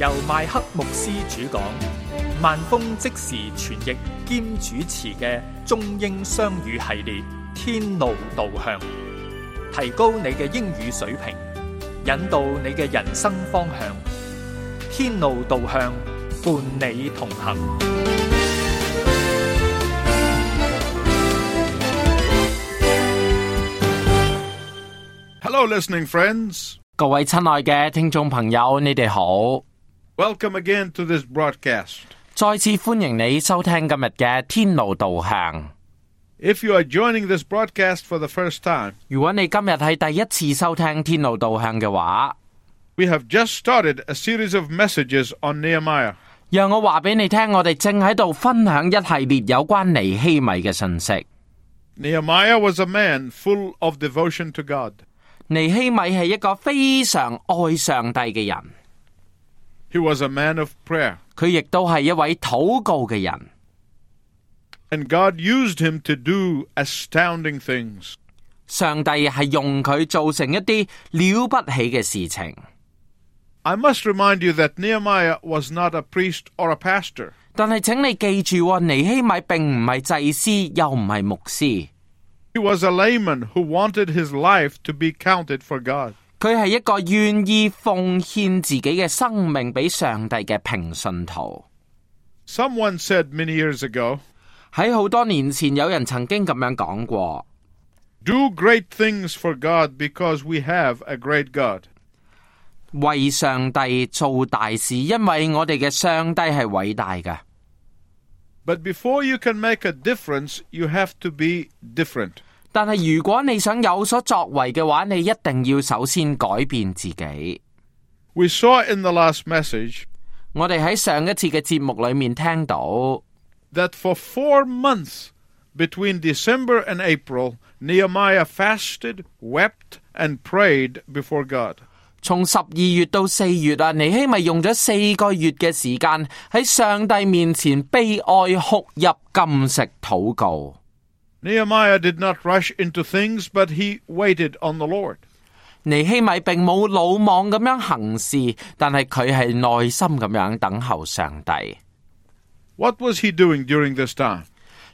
由麥克牧師主講，萬峰即時傳譯兼主持嘅中英雙語系列《天路導向》，提高你嘅英語水平，引導你嘅人生方向。天路導向，伴你同行。 Hello, listening friends. 各位亲爱嘅听众朋友，你哋好， Welcome again to this broadcast. 再次欢迎你收听今日嘅天路导向。 If you are joining this broadcast for the first time, 如果你今日系第一次收听天路导向嘅话， we have just started a series of messages on Nehemiah. 让我话俾你听，我哋正喺度分享一系列有关尼希米嘅信息。 Nehemiah was a man full of devotion to God. 尼希米系一个非常爱上帝嘅人， He was a man of prayer, 佢亦都系一位祷告嘅人。 and God used him to do astounding things. 上帝系用佢做成一啲了不起嘅事情。 I must remind you that Nehemiah was not a priest or a pastor. 但系请你记住喎，尼希米并唔系祭司，又唔系牧师。 He was a layman who wanted his life to be counted for God. 佢系一个愿意奉献自己嘅生命俾上帝嘅平信徒。 Someone said many years ago, 喺好多年前，有人曾经咁样讲过： Do great things for God because we have a great God. 为上帝做大事，因为我哋嘅上帝系伟大嘅。 But before you can make a difference, you have to be different. 但系如果你想有所作为嘅话，你一定要首先改变自己。 We saw in the last message 我哋喺上一次嘅节目里面听到， that for four months between December and April, Nehemiah fasted, wept, and prayed before God. 从十二月到四月啊，尼希咪用咗四个月嘅时间喺上帝面前悲哀哭泣、禁食、祷告。 Nehemiah did not rush into things, but he waited on the Lord. 尼希米并冇鲁莽咁样行事，但系佢系耐心咁样等候上帝。 What was he doing during this time?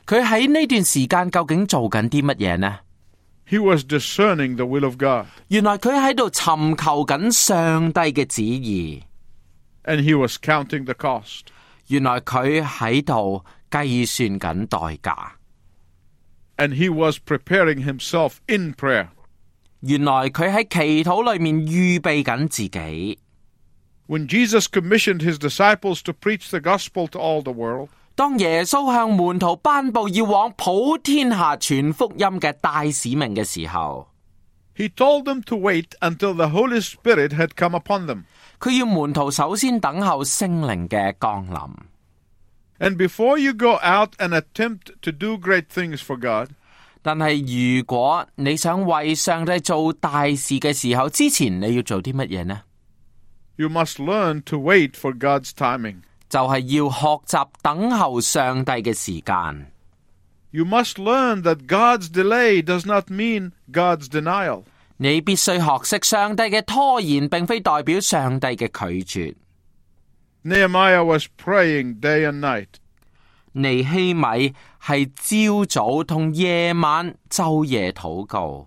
佢喺呢段时间究竟做紧啲乜嘢呢？ He was discerning the will of God, 原来佢喺度寻求紧上帝嘅旨意， and he was counting the cost. 原来佢喺度计算紧代价， and he was preparing himself in prayer. 原来佢喺祈祷里面预备紧自己。 When Jesus commissioned his disciples to preach the gospel to all the world, 当耶稣向门徒颁布要往普天下传福音嘅大使命嘅时候， he told them to wait until the Holy Spirit had come upon them. 佢要门徒首先等候圣灵嘅降临。 And before you go out and attempt to do great things for God, 但系如果你想为上帝做大事嘅时候，之前你要做啲乜嘢呢？ you must learn to wait for God's timing. 就系、要学习等候上帝嘅时间。 You must learn that God's delay does not mean God's denial. 你必须学识上帝嘅拖延，并非代表上帝嘅拒绝。 Nehemiah was praying day and night. 尼希米系朝早同夜晚昼夜祷告。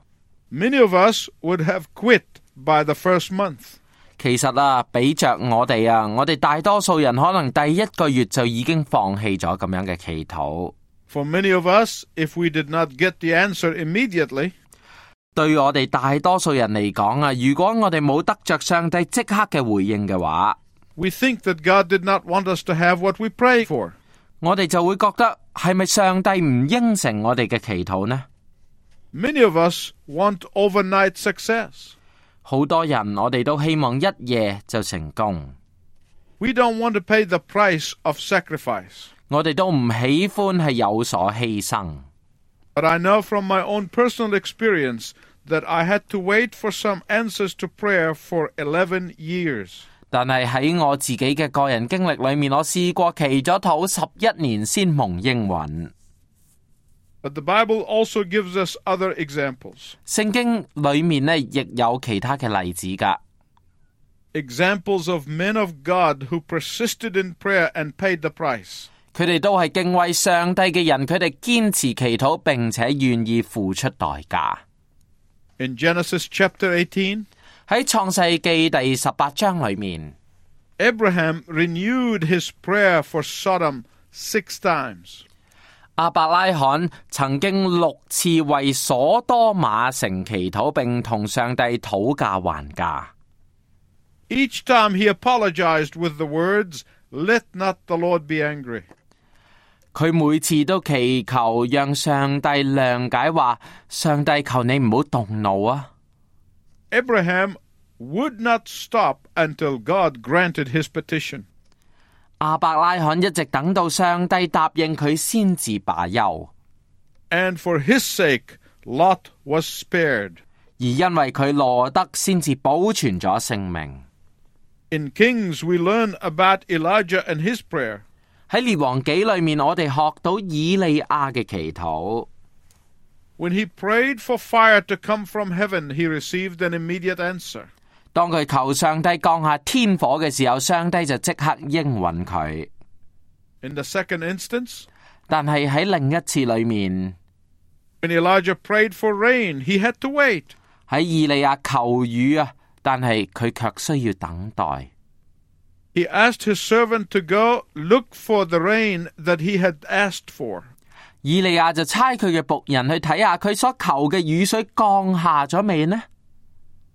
Many of us would have quit by the first month. 其实啊，比着我哋啊，我哋大多数人可能第一个月就已经放弃咗咁样嘅祈祷。 For many of us, if we did not get the answer immediately, 对我哋大多数人嚟讲啊，如果我哋冇得着上帝即刻嘅回应嘅话， we think that God did not want us to have what we pray for. 我哋就会觉得系咪上帝唔应承我哋嘅祈祷呢？ Many of us want overnight success. 好多人我哋都希望一夜就成功， We don't want to pay the price of sacrifice. 我哋都唔喜欢系有所牺牲。 But I know from my own personal experience that I had to wait for some answers to prayer for 11 years. 但系喺我自己嘅个人经历里面，我试过祈咗祷十一年先蒙应允。 But the Bible also gives us other examples. 圣经里面呢，亦有其他嘅例子噶。 examples of men of God who persisted in prayer and paid the price. 佢哋都係敬畏上帝嘅人，佢哋堅持祈禱並且願意付出代價。 In Genesis chapter 18, 喺創世記第十八章裏面， Abraham renewed his prayer for Sodom six times. 阿伯拉罕曾經六次為所多瑪城祈禱，並同上帝討價還價。 Each time he apologized with the words, Let not the Lord be angry. 佢每次都祈求讓上帝諒解，話上帝求你唔好動怒啊！ Abraham would not stop until God granted his petition. 阿伯拉罕一直等到上帝答應佢先至罷休， And for his sake, Lot was spared. 而因為佢羅德先至保存咗性命。 In Kings, we learn about Elijah and his prayer. 喺列王紀裏面，我哋學到以利亞嘅祈禱。 When he prayed for fire to come from heaven, he received an immediate answer. 當佢求上帝降下天火嘅時候，上帝就即刻應允佢。 In the second instance, 但係喺另一次裏面， when Elijah prayed for rain, he had to wait. 喺以利亞求雨啊，但係佢卻需要等待。 He asked his servant to go look for the rain that he had asked for. 以利亞就差佢嘅僕人去睇下佢所求嘅雨水降下咗未呢？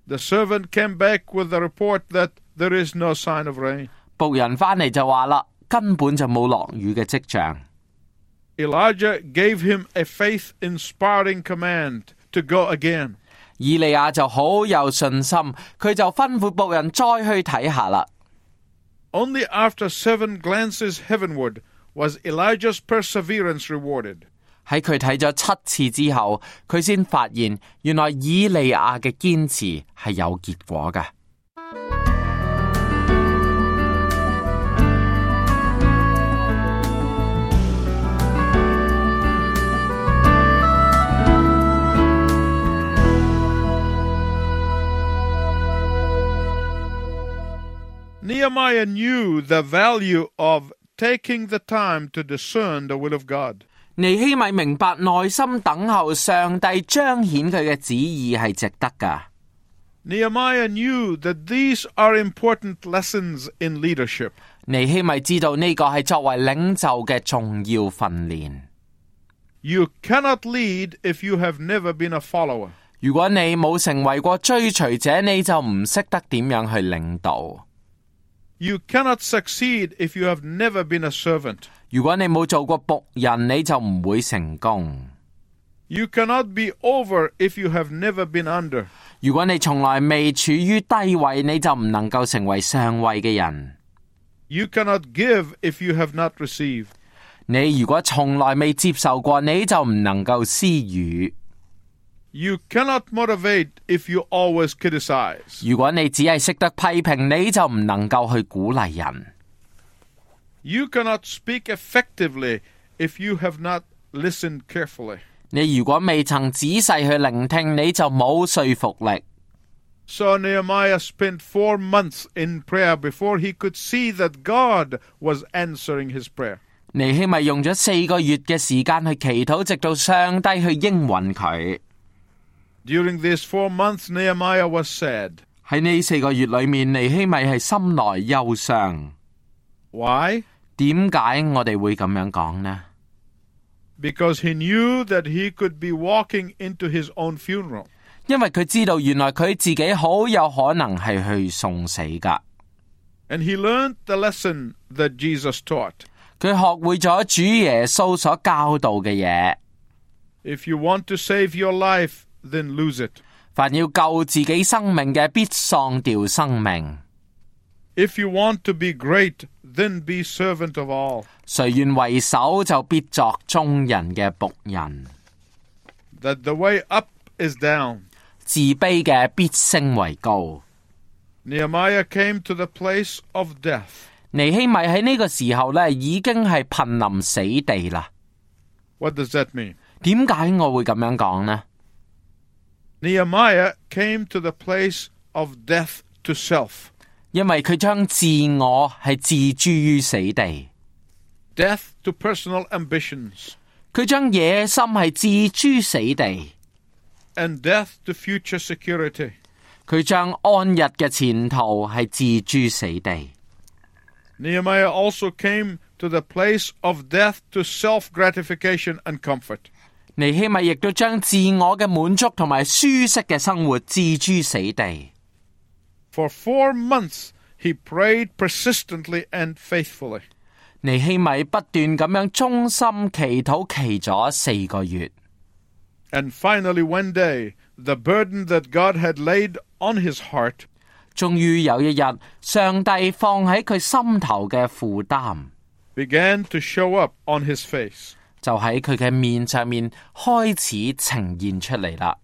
The servant came back with the report that there is no sign of rain. 僕人翻嚟就話啦，根本就冇落雨嘅跡象。 Elijah gave him a faith inspiring command to go again. 以利亞就好有信心，佢就吩咐僕人再去睇下啦。 Only after seven glances heavenward was Elijah's perseverance rewarded. 喺佢睇咗七次之後，佢先發現原來以利亞嘅堅持係有結果嘅。 Nehemiah knew the value of taking the time to discern the will of God. 尼希米明白耐心等候上帝彰顯佢嘅旨意係值得噶。 Nehemiah knew that these are important lessons in leadership. 尼希米知道呢個係作為領袖嘅重要訓練。 You cannot lead if you have never been a follower. 如果你冇成為過追隨者，你就唔識得點樣去領導。 You cannot succeed if you have never been a servant. 如果你冇做過仆人，你就唔會成功。 You cannot be over if you have never been under. 如果你從來未處於低位，你就唔能夠成為上位嘅人。 You cannot give if you have not received. 你如果從來未接受過，你就唔能夠施予。 You cannot motivate if you always criticize. 如果你只係識得批評，你就唔能夠去鼓勵人。 You cannot speak effectively if you have not listened carefully. 你如果未曾仔細去聆聽，你就冇說服力。 So Nehemiah spent four months in prayer before he could see that God was answering his prayer. 尼希米用咗四個月嘅時間去祈禱，直到上帝去應允佢。 During these four months, Nehemiah was sad. 喺呢四個月裏面，尼希米係心內憂傷。 Why? 點解我哋會咁樣講呢？ Because he knew that he could be walking into his own funeral. 因為佢知道原來佢自己好有可能係去送死噶。 And he learned the lesson that Jesus taught. 佢學會咗主耶穌所教導嘅嘢， If you want to save your life, then lose it. 凡要救自己生命嘅，必喪掉生命。 If you want to be great, then be servant of all. 誰願為首，就必作中人嘅仆人。 That the way up is down. 自卑嘅必升為高。 Nehemiah came to the place of death. 尼希米喺呢個時候呢，已經係瀕臨死地啦。 What does that mean? 點解我會咁樣講呢？ Nehemiah came to the place of death to self. 因为佢将自我系置诸于死地， death to personal ambitions, 佢将野心系置诸死地， and death to future security. 佢将安逸嘅前途系置诸死地。 Nehemiah also came to the place of death to self gratification and comfort. 尼希米亦都将自我嘅满足同埋舒适嘅生活置诸死地。 For four months he prayed persistently and faithfully. 尼希米不断咁样忠心祈祷，祈咗四个月。 And finally, one day, the burden that God had laid on his heart 终于有一日，上帝放喺佢心头嘅负担， began to show up on his face. 就喺佢嘅面上面开始呈现出嚟啦。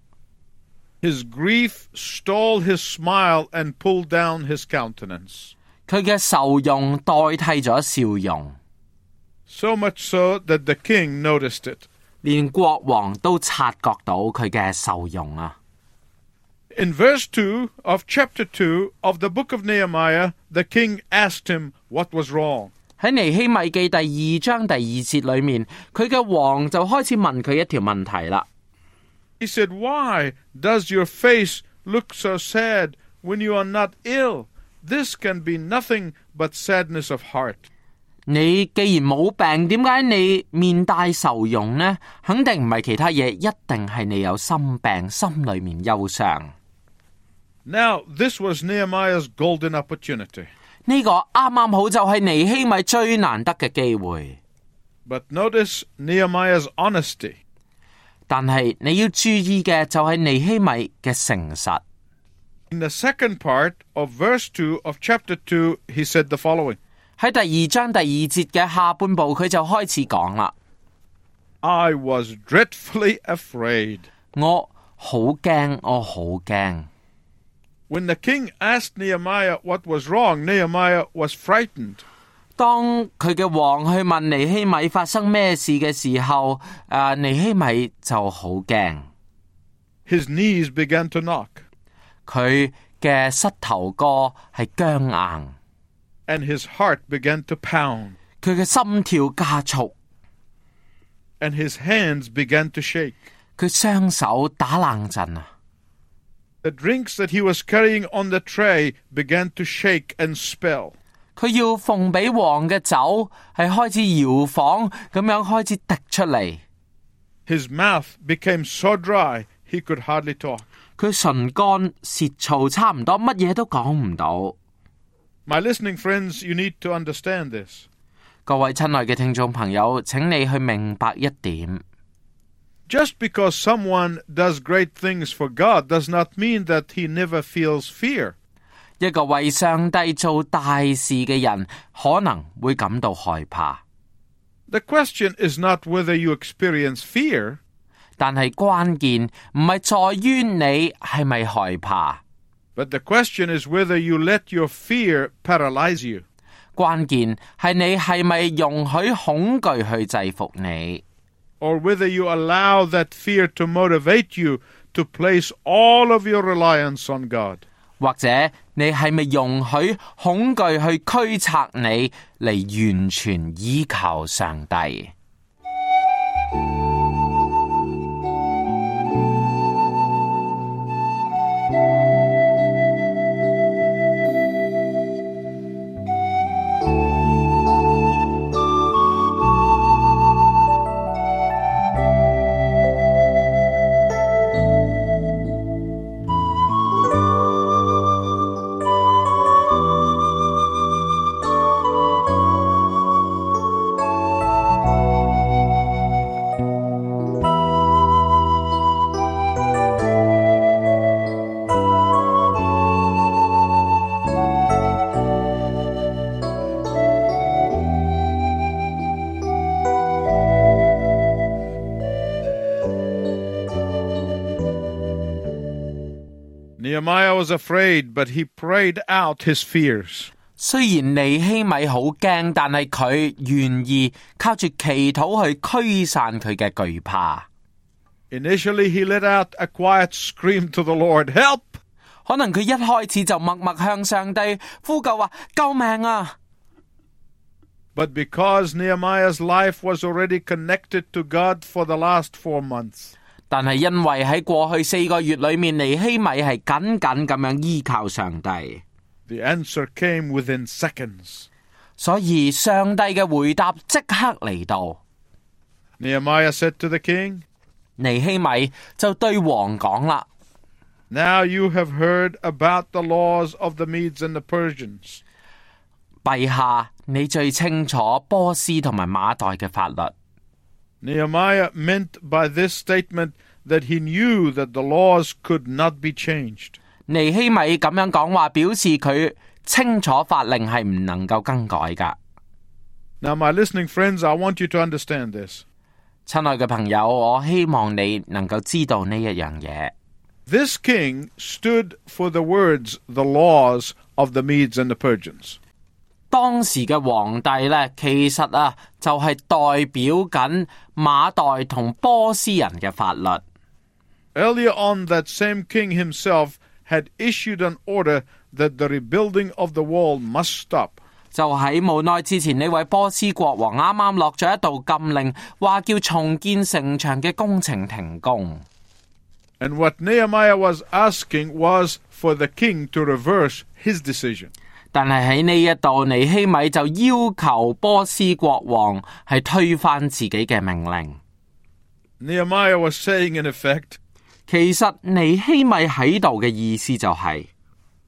His grief stole his smile and pulled down his countenance. 佢嘅愁容代替咗笑容， So much so that the king noticed it. 连国王都察觉到佢嘅愁容啊！ In verse 2 of chapter 2 of the book of Nehemiah, the king asked him what was wrong. 喺尼希米记第二章第二节里面，佢嘅王就开始问佢一条问题啦。 He said, Why does your face look so sad when you are not ill? This can be nothing but sadness of heart. 你既然冇病，點解你面帶愁容呢？肯定唔係其他嘢，一定係你有心病，心裏面憂傷。 Now, this was Nehemiah's golden opportunity. 呢、個啱啱好就係尼希米最難得嘅機會。 But notice Nehemiah's honesty. 但係你要注意嘅就係尼希米嘅誠實。 In the second part of verse 2 of chapter 2, he said the following. 喺第二章第二節嘅下半部，佢就開始講啦。 I was dreadfully afraid. 我好驚，我好驚。 When the king asked Nehemiah what was wrong, Nehemiah was frightened. 當佢嘅王去問尼希米發生咩事嘅時候，诶、尼希米就好驚。 His knees began to knock, 佢嘅膝頭哥係僵硬， and his heart began to pound, 佢嘅心跳加速， and his hands began to shake. 佢雙手打冷震啊！ The drinks that he was carrying on the tray began to shake and spell. 佢要奉俾王嘅酒係開始搖晃，咁樣開始滴出嚟。 His mouth became so dry he could hardly talk. 佢唇乾舌燥，差唔多乜嘢都講唔到。 My listening friends, you need to understand this. 各位親愛嘅聽眾朋友，請你去明白一點： Just because someone does great things for God does not mean that he never feels fear. 一個為上帝做大事嘅人，可能會感到害怕， The question is not whether you experience fear, 但係關鍵唔係在於你係咪害怕。 but the question is whether you let your fear paralyze you. 关键系你系咪容许恐惧去制服你， or whether you allow that fear to motivate you to place all of your reliance on God. 或者你系咪容许恐惧去驱策你嚟完全依靠上帝？ Nehemiah was afraid, but he prayed out his fears. 虽然尼希米好惊，但系佢愿意靠住祈祷去驱散佢嘅惧怕。 Initially, he let out a quiet scream to the Lord Help! 可能佢一開始就默默向上帝呼救話：救命啊！ But because Nehemiah's life was already connected to God for the last four months, 但係因為喺過去四個月裏面，尼希米係緊緊咁樣依靠上帝， the answer came within seconds. 所以上帝嘅回答即刻嚟到。 Nehemiah said to the king, 尼希米就對王講啦： Now you have heard about the laws of the Medes and the Persians. 陛下，你最清楚波斯同埋馬代嘅法律。 Nehemiah meant by this statement that he knew that the laws could not be changed. 尼希米咁樣講話，表示佢清楚法令係唔能夠更改噶。 Now, my listening friends, I want you to understand this. 親愛嘅朋友，我希望你能夠知道呢一樣嘢。 This king stood for the words, the laws of the Medes and the Persians. 當時嘅皇帝呢，其實啊就係、代表緊馬代同波斯人嘅法律。 Earlier on, that same king himself had issued an order that the rebuilding of the wall must stop. 就喺冇耐之前，呢位波斯國王啱啱落咗一道禁令，話叫重建城牆嘅工程停工。 And what Nehemiah was asking was for the king to reverse his decision. 但係喺呢一度，尼希米就要求波斯國王係推翻自己嘅命令。 Nehemiah was saying, in effect, 其實尼希米喺度嘅意思就係、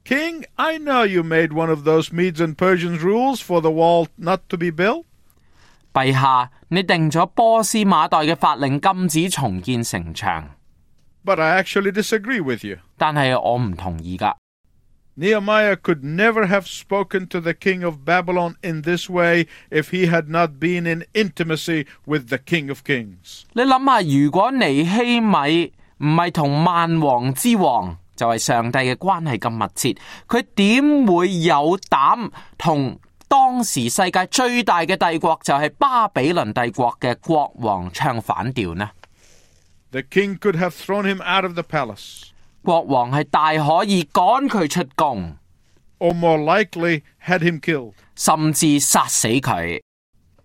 King, I know you made one of those Medes and Persians rules for the wall not to be built. 陛下，你定咗波斯馬代嘅法令禁止重建城牆， But I actually disagree with you. 但係我唔同意噶。 Nehemiah could never have spoken to the king of Babylon in this way if he had not been in intimacy with the king of kings. 你諗下，如果尼希米唔係同萬王之王，就係上帝嘅關係咁密切，佢點會有膽同當時世界最大嘅帝國，就係巴比倫帝國嘅國王唱反調呢？ The king could have thrown him out of the palace, 國王係大可以趕佢出宮， or more likely, had him killed. 甚至殺死佢。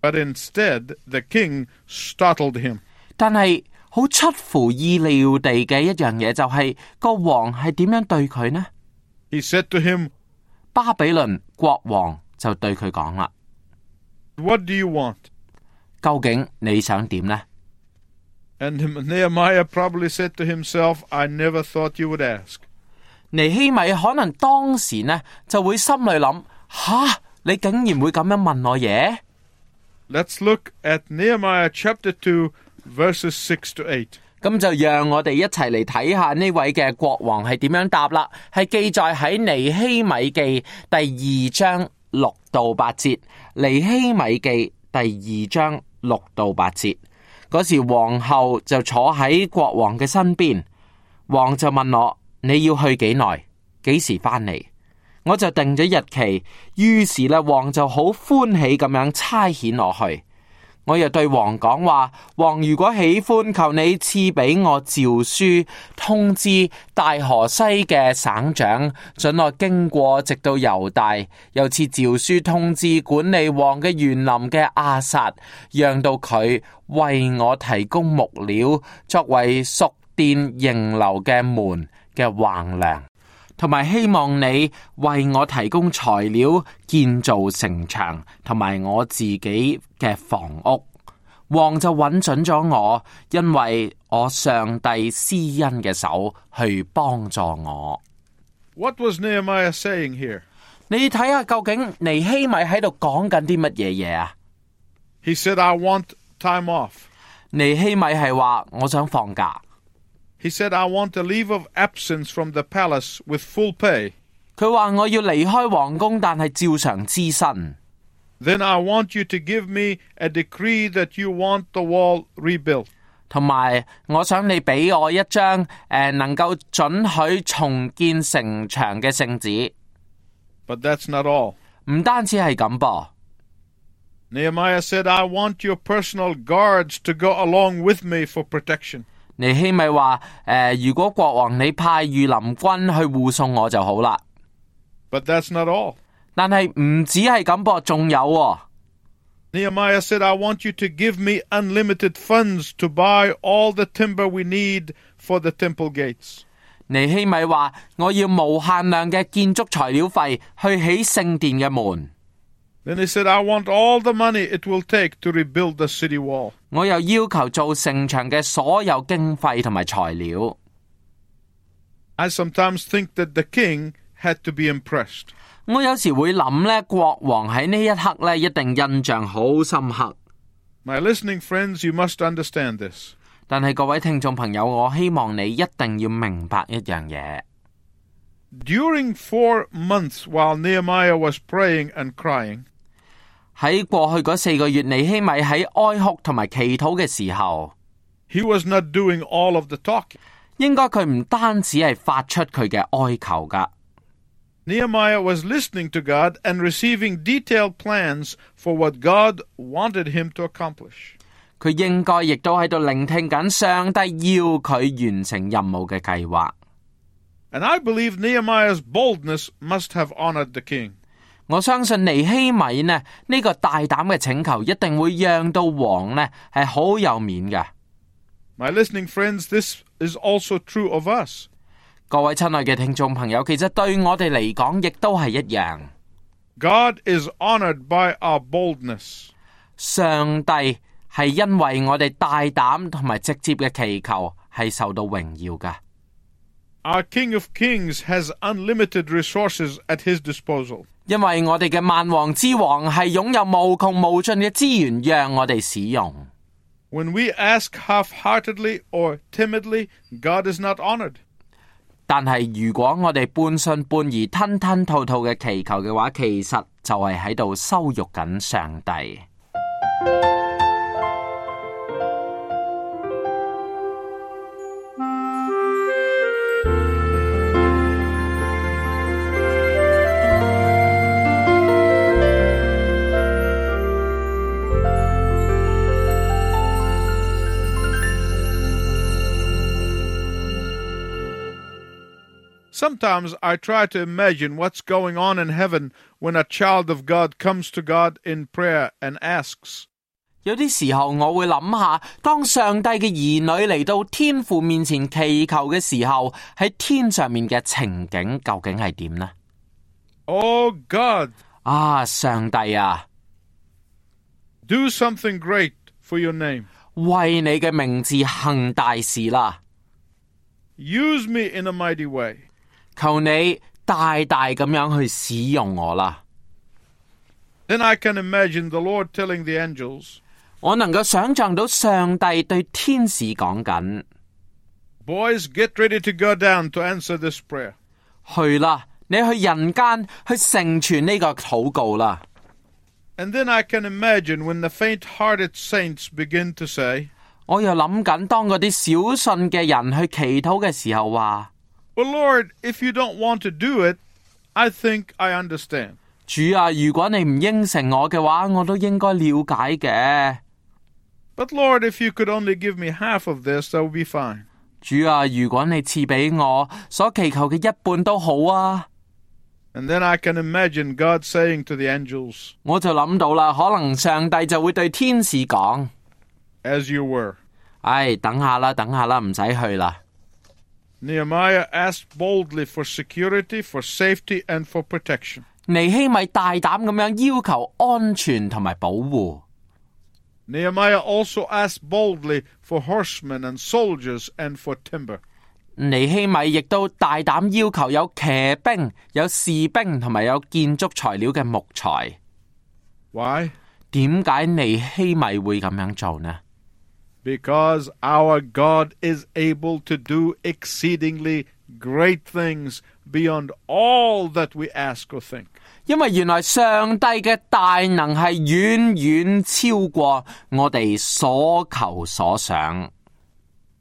But instead, the king startled him. 但係好出乎意料地嘅一樣嘢就係、個王係點樣對佢呢？ He said to him, 巴比倫國王就對佢講啦： What do you want? 究竟你想點呢？ And Nehemiah probably said to himself, I never thought you would ask. 尼希米可能當時呢就會心裏諗：吓，你竟然會咁樣問我嘢？ Let's look at Nehemiah chapter 2, verses 6 to 8. 咁就讓我哋一齊嚟睇下呢位嘅國王係點樣答啦，係記載喺尼希米記第二章六到八節，尼希米記第二章六到八節。嗰時皇后就坐喺國王嘅身邊，王就問我：你要去幾耐？幾時翻嚟？我就定咗日期，於是呢，王就好歡喜咁樣差遣我去。我又對王講話：王如果喜歡，求你賜俾我詔書，通知大河西嘅省長，准我經過，直到猶大。又賜詔書通知管理王嘅園林嘅阿薩，讓到佢為我提供木料，作為屬殿營樓嘅門嘅橫梁，同埋希望你為我提供材料建造城牆，同埋我自己嘅房屋。王就揾準咗我，因為我上帝施恩嘅手去幫助我。 What was Nehemiah saying here? 你睇下究竟尼希米喺度講緊啲乜嘢嘢啊？ He said, I want time off. 尼希米係話我想放假， He said, I want a leave of absence from the palace with full pay. 佢話我要離開皇宮，但係照常支薪。 Then I want you to give me a decree that you want the wall rebuilt. 同埋，我想你俾我一張誒、呃能夠准許重建城牆嘅聖旨。 But that's not all. 唔單止係咁噃， Nehemiah said, I want your personal guards to go along with me for protection. 尼希米話：诶、如果國王你派御林軍去護送我就好啦。 But that's not all. 但係唔止係咁噃，仲有、喎。 Nehemiah said, I want you to give me unlimited funds to buy all the timber we need for the temple gates. 尼希米話：我要無限量嘅建築材料費去起聖殿嘅門。 Then he said, I want all the money it will take to rebuild the city wall. 我又要求做城牆嘅所有經費同埋材料。 I sometimes think that the king had to be impressed. 我啊有時會諗呢，國王喺呢一刻呢，一定印象好深刻。 My listening friends, you must understand this. 但係各位聽眾朋友，我希望你一定要明白一樣嘢。 During four months while Nehemiah was praying and crying, 喺過去嗰四個月，尼希米喺哀哭同埋祈禱嘅時候， he was not doing all of the talking. 應該佢唔單止係發出佢嘅哀求噶， Nehemiah was listening to God and receiving detailed plans for what God wanted him to accomplish. 佢應該亦都喺度聆聽緊上帝要佢完成任務嘅計劃。 And I believe Nehemiah's boldness must have honored the king. 我相信尼希米呢呢、個大膽嘅請求一定會讓到王呢係好有面嘅。 My listening friends, this is also true of us. 各位親愛嘅聽眾朋友，其實對我哋嚟講亦都係一樣， God is honored by our boldness. 上帝係因為我哋大膽同埋直接嘅祈求係受到榮耀㗎。 Our King of Kings has unlimited resources at his disposal. 因為我哋嘅萬王之王係擁有無窮無盡嘅資源，讓我哋使用。 When we ask half heartedly or timidly, God is not honored. 但係如果我哋半信半疑、吞吞吐吐嘅祈求嘅話，其實就係喺度羞辱緊上帝。 Sometimes I try to imagine what's going on in heaven when a child of God comes to God in prayer and asks, 有啲時候我會諗下，當上帝嘅兒女嚟到天父面前祈求嘅時候，喺天上面嘅情景究竟係點呢？ Oh God, 啊，上帝啊， do something great for your name. 為你嘅名字行大事啦！ Use me in a mighty way. 求你大大咁樣去使用我啦！ Then I can imagine the Lord telling the angels, 我能夠想象到上帝對天使講緊： Boys, get ready to go down to answer this prayer. 去啦，你去人間去成全呢個禱告啦！ And then I can imagine when the faint hearted saints begin to say, 我又諗緊，當嗰啲小信嘅人去祈禱嘅時候話。 Well, Lord, if you don't want to do it, I think I understand. 主啊，如果你唔應承我嘅話，我都應該了解嘅。 But Lord, if you could only give me half of this, that would be fine. 主啊，如果你賜俾我所祈求嘅一半都好啊， And then I can imagine God saying to the angels, 我就諗到啦，可能上帝就會對天使講：， As you were. 唉，等下啦，等下啦，唔使去啦。 Nehemiah asked boldly for security, for safety, and for protection. 尼希米大膽咁樣要求安全同埋保護， Nehemiah also asked boldly for horsemen and soldiers and for timber. 尼希米亦都大膽要求有騎兵、有士兵同埋有建築材料嘅木材。 Why? 點解尼希米會咁樣做呢？ Because our God is able to do exceedingly great things beyond all that we ask or think. 因为原来上帝嘅大能系远远超过我哋所求所想，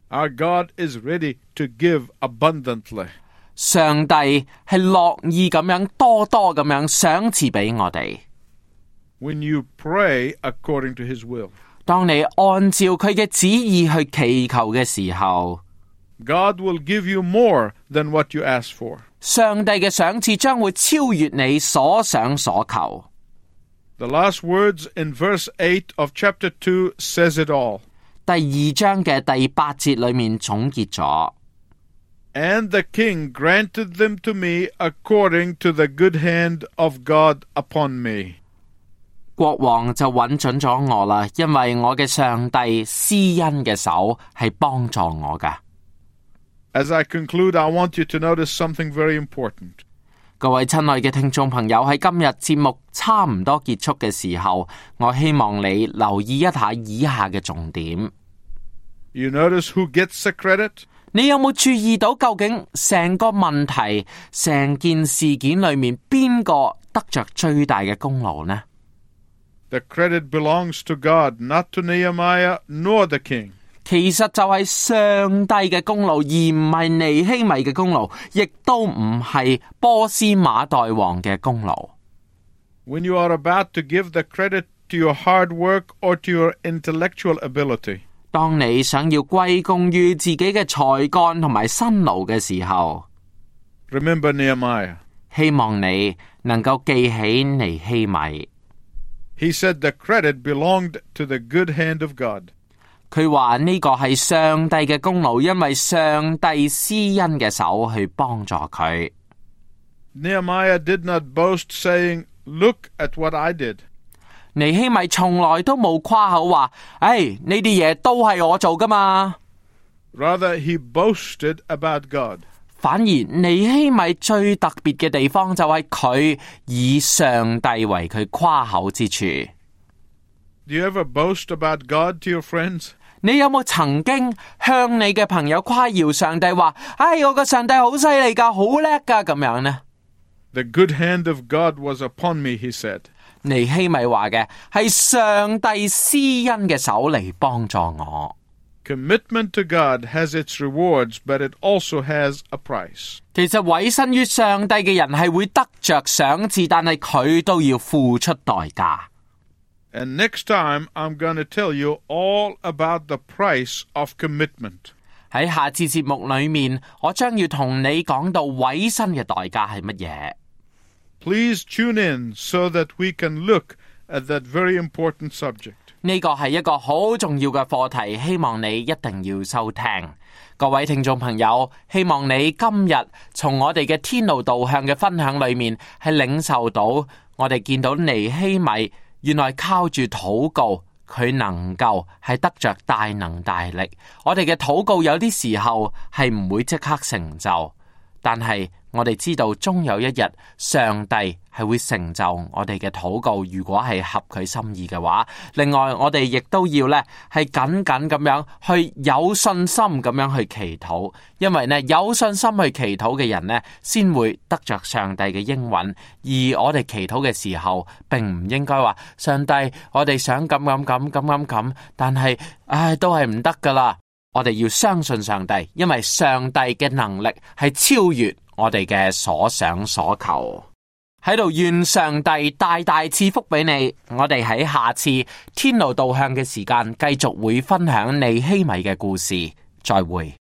Our God is ready to give abundantly. 上帝系乐意咁样多多咁样赏赐俾我哋。 When you pray according to His will, 当你按照佢嘅旨意去祈求嘅时候， God will give you more than what you ask for. 上帝嘅赏赐将会超越你所想所求。 The last words in verse 8 of chapter 2 says it all. 第二章嘅第八节里面总结咗， And the king granted them to me according to the good hand of God upon me. 国王就揾准咗我啦，因为我嘅上帝施恩嘅手系帮助我噶。 As I conclude, I want you to notice something very important. 各位亲爱嘅听众朋友，喺今日节目差唔多结束嘅时候，我希望你留意一下以下嘅重点。 You notice who gets the credit? 你有冇注意到究竟成个问题、成件事件里面边个得着最大嘅功劳呢？ The credit belongs to God, not to Nehemiah nor the king. 其实就系上帝嘅功劳，而唔系尼希米嘅功劳，亦都唔系波斯马代王嘅功劳。 When you are about to give the credit to your hard work or to your intellectual ability, 当你想要归功于自己嘅才干同埋辛劳嘅时候， remember Nehemiah. 希望你能够记起尼希米。 He said the credit belonged to the good hand of God. 佢话呢个系上帝嘅功劳，因为上帝施恩嘅手去帮助佢。 Nehemiah did not boast, saying, Look at what I did. 尼希米从来都冇夸口话，唉呢啲嘢都系我做噶嘛。 Rather, he boasted about God. 反而尼希米最特别嘅地方就系佢以上帝为佢夸口之处。 Do you ever boast about God to your friends? 你有冇曾经向你嘅朋友夸耀上帝话，唉、我个上帝好犀利噶，好叻噶咁样呢？ The good hand of God was upon me, he said. 尼希米话嘅系上帝施恩嘅手嚟帮助我。 Commitment to God has its rewards, but it also has a price. 其实委身于上帝嘅人系会得着赏赐，但系佢都要付出代价。 And next time, I'm going to tell you all about the price of commitment. 喺下次节目里面，我将要同你讲到委身嘅代价系乜嘢。 Please tune in so that we can look at that very important subject. 呢个系一个好重要嘅课题，希望你一定要收听。各位听众朋友，希望你今日从我哋嘅天路导向嘅分享里面，系领受到我哋见到尼希米原来靠住祷告，佢能够系得着大能大力。我哋嘅祷告有啲时候系唔会即刻成就，但系我哋知道终有一日，上帝系会成就我哋嘅祷告，如果系合佢心意嘅话。另外，我哋亦都要呢系紧紧咁样去有信心咁样去祈祷，因为呢有信心去祈禱嘅人呢，先會得着上帝嘅應允。而我哋祈禱嘅時候，並唔應該話上帝，我哋想咁咁咁咁咁咁，但係唉都係唔得噶啦。我哋要相信上帝，因為上帝嘅能力係超越我哋嘅所想所求。喺度願上帝大大赐福俾你。我哋喺下次天路導向嘅時間，繼續會分享尼希米嘅故事。再會。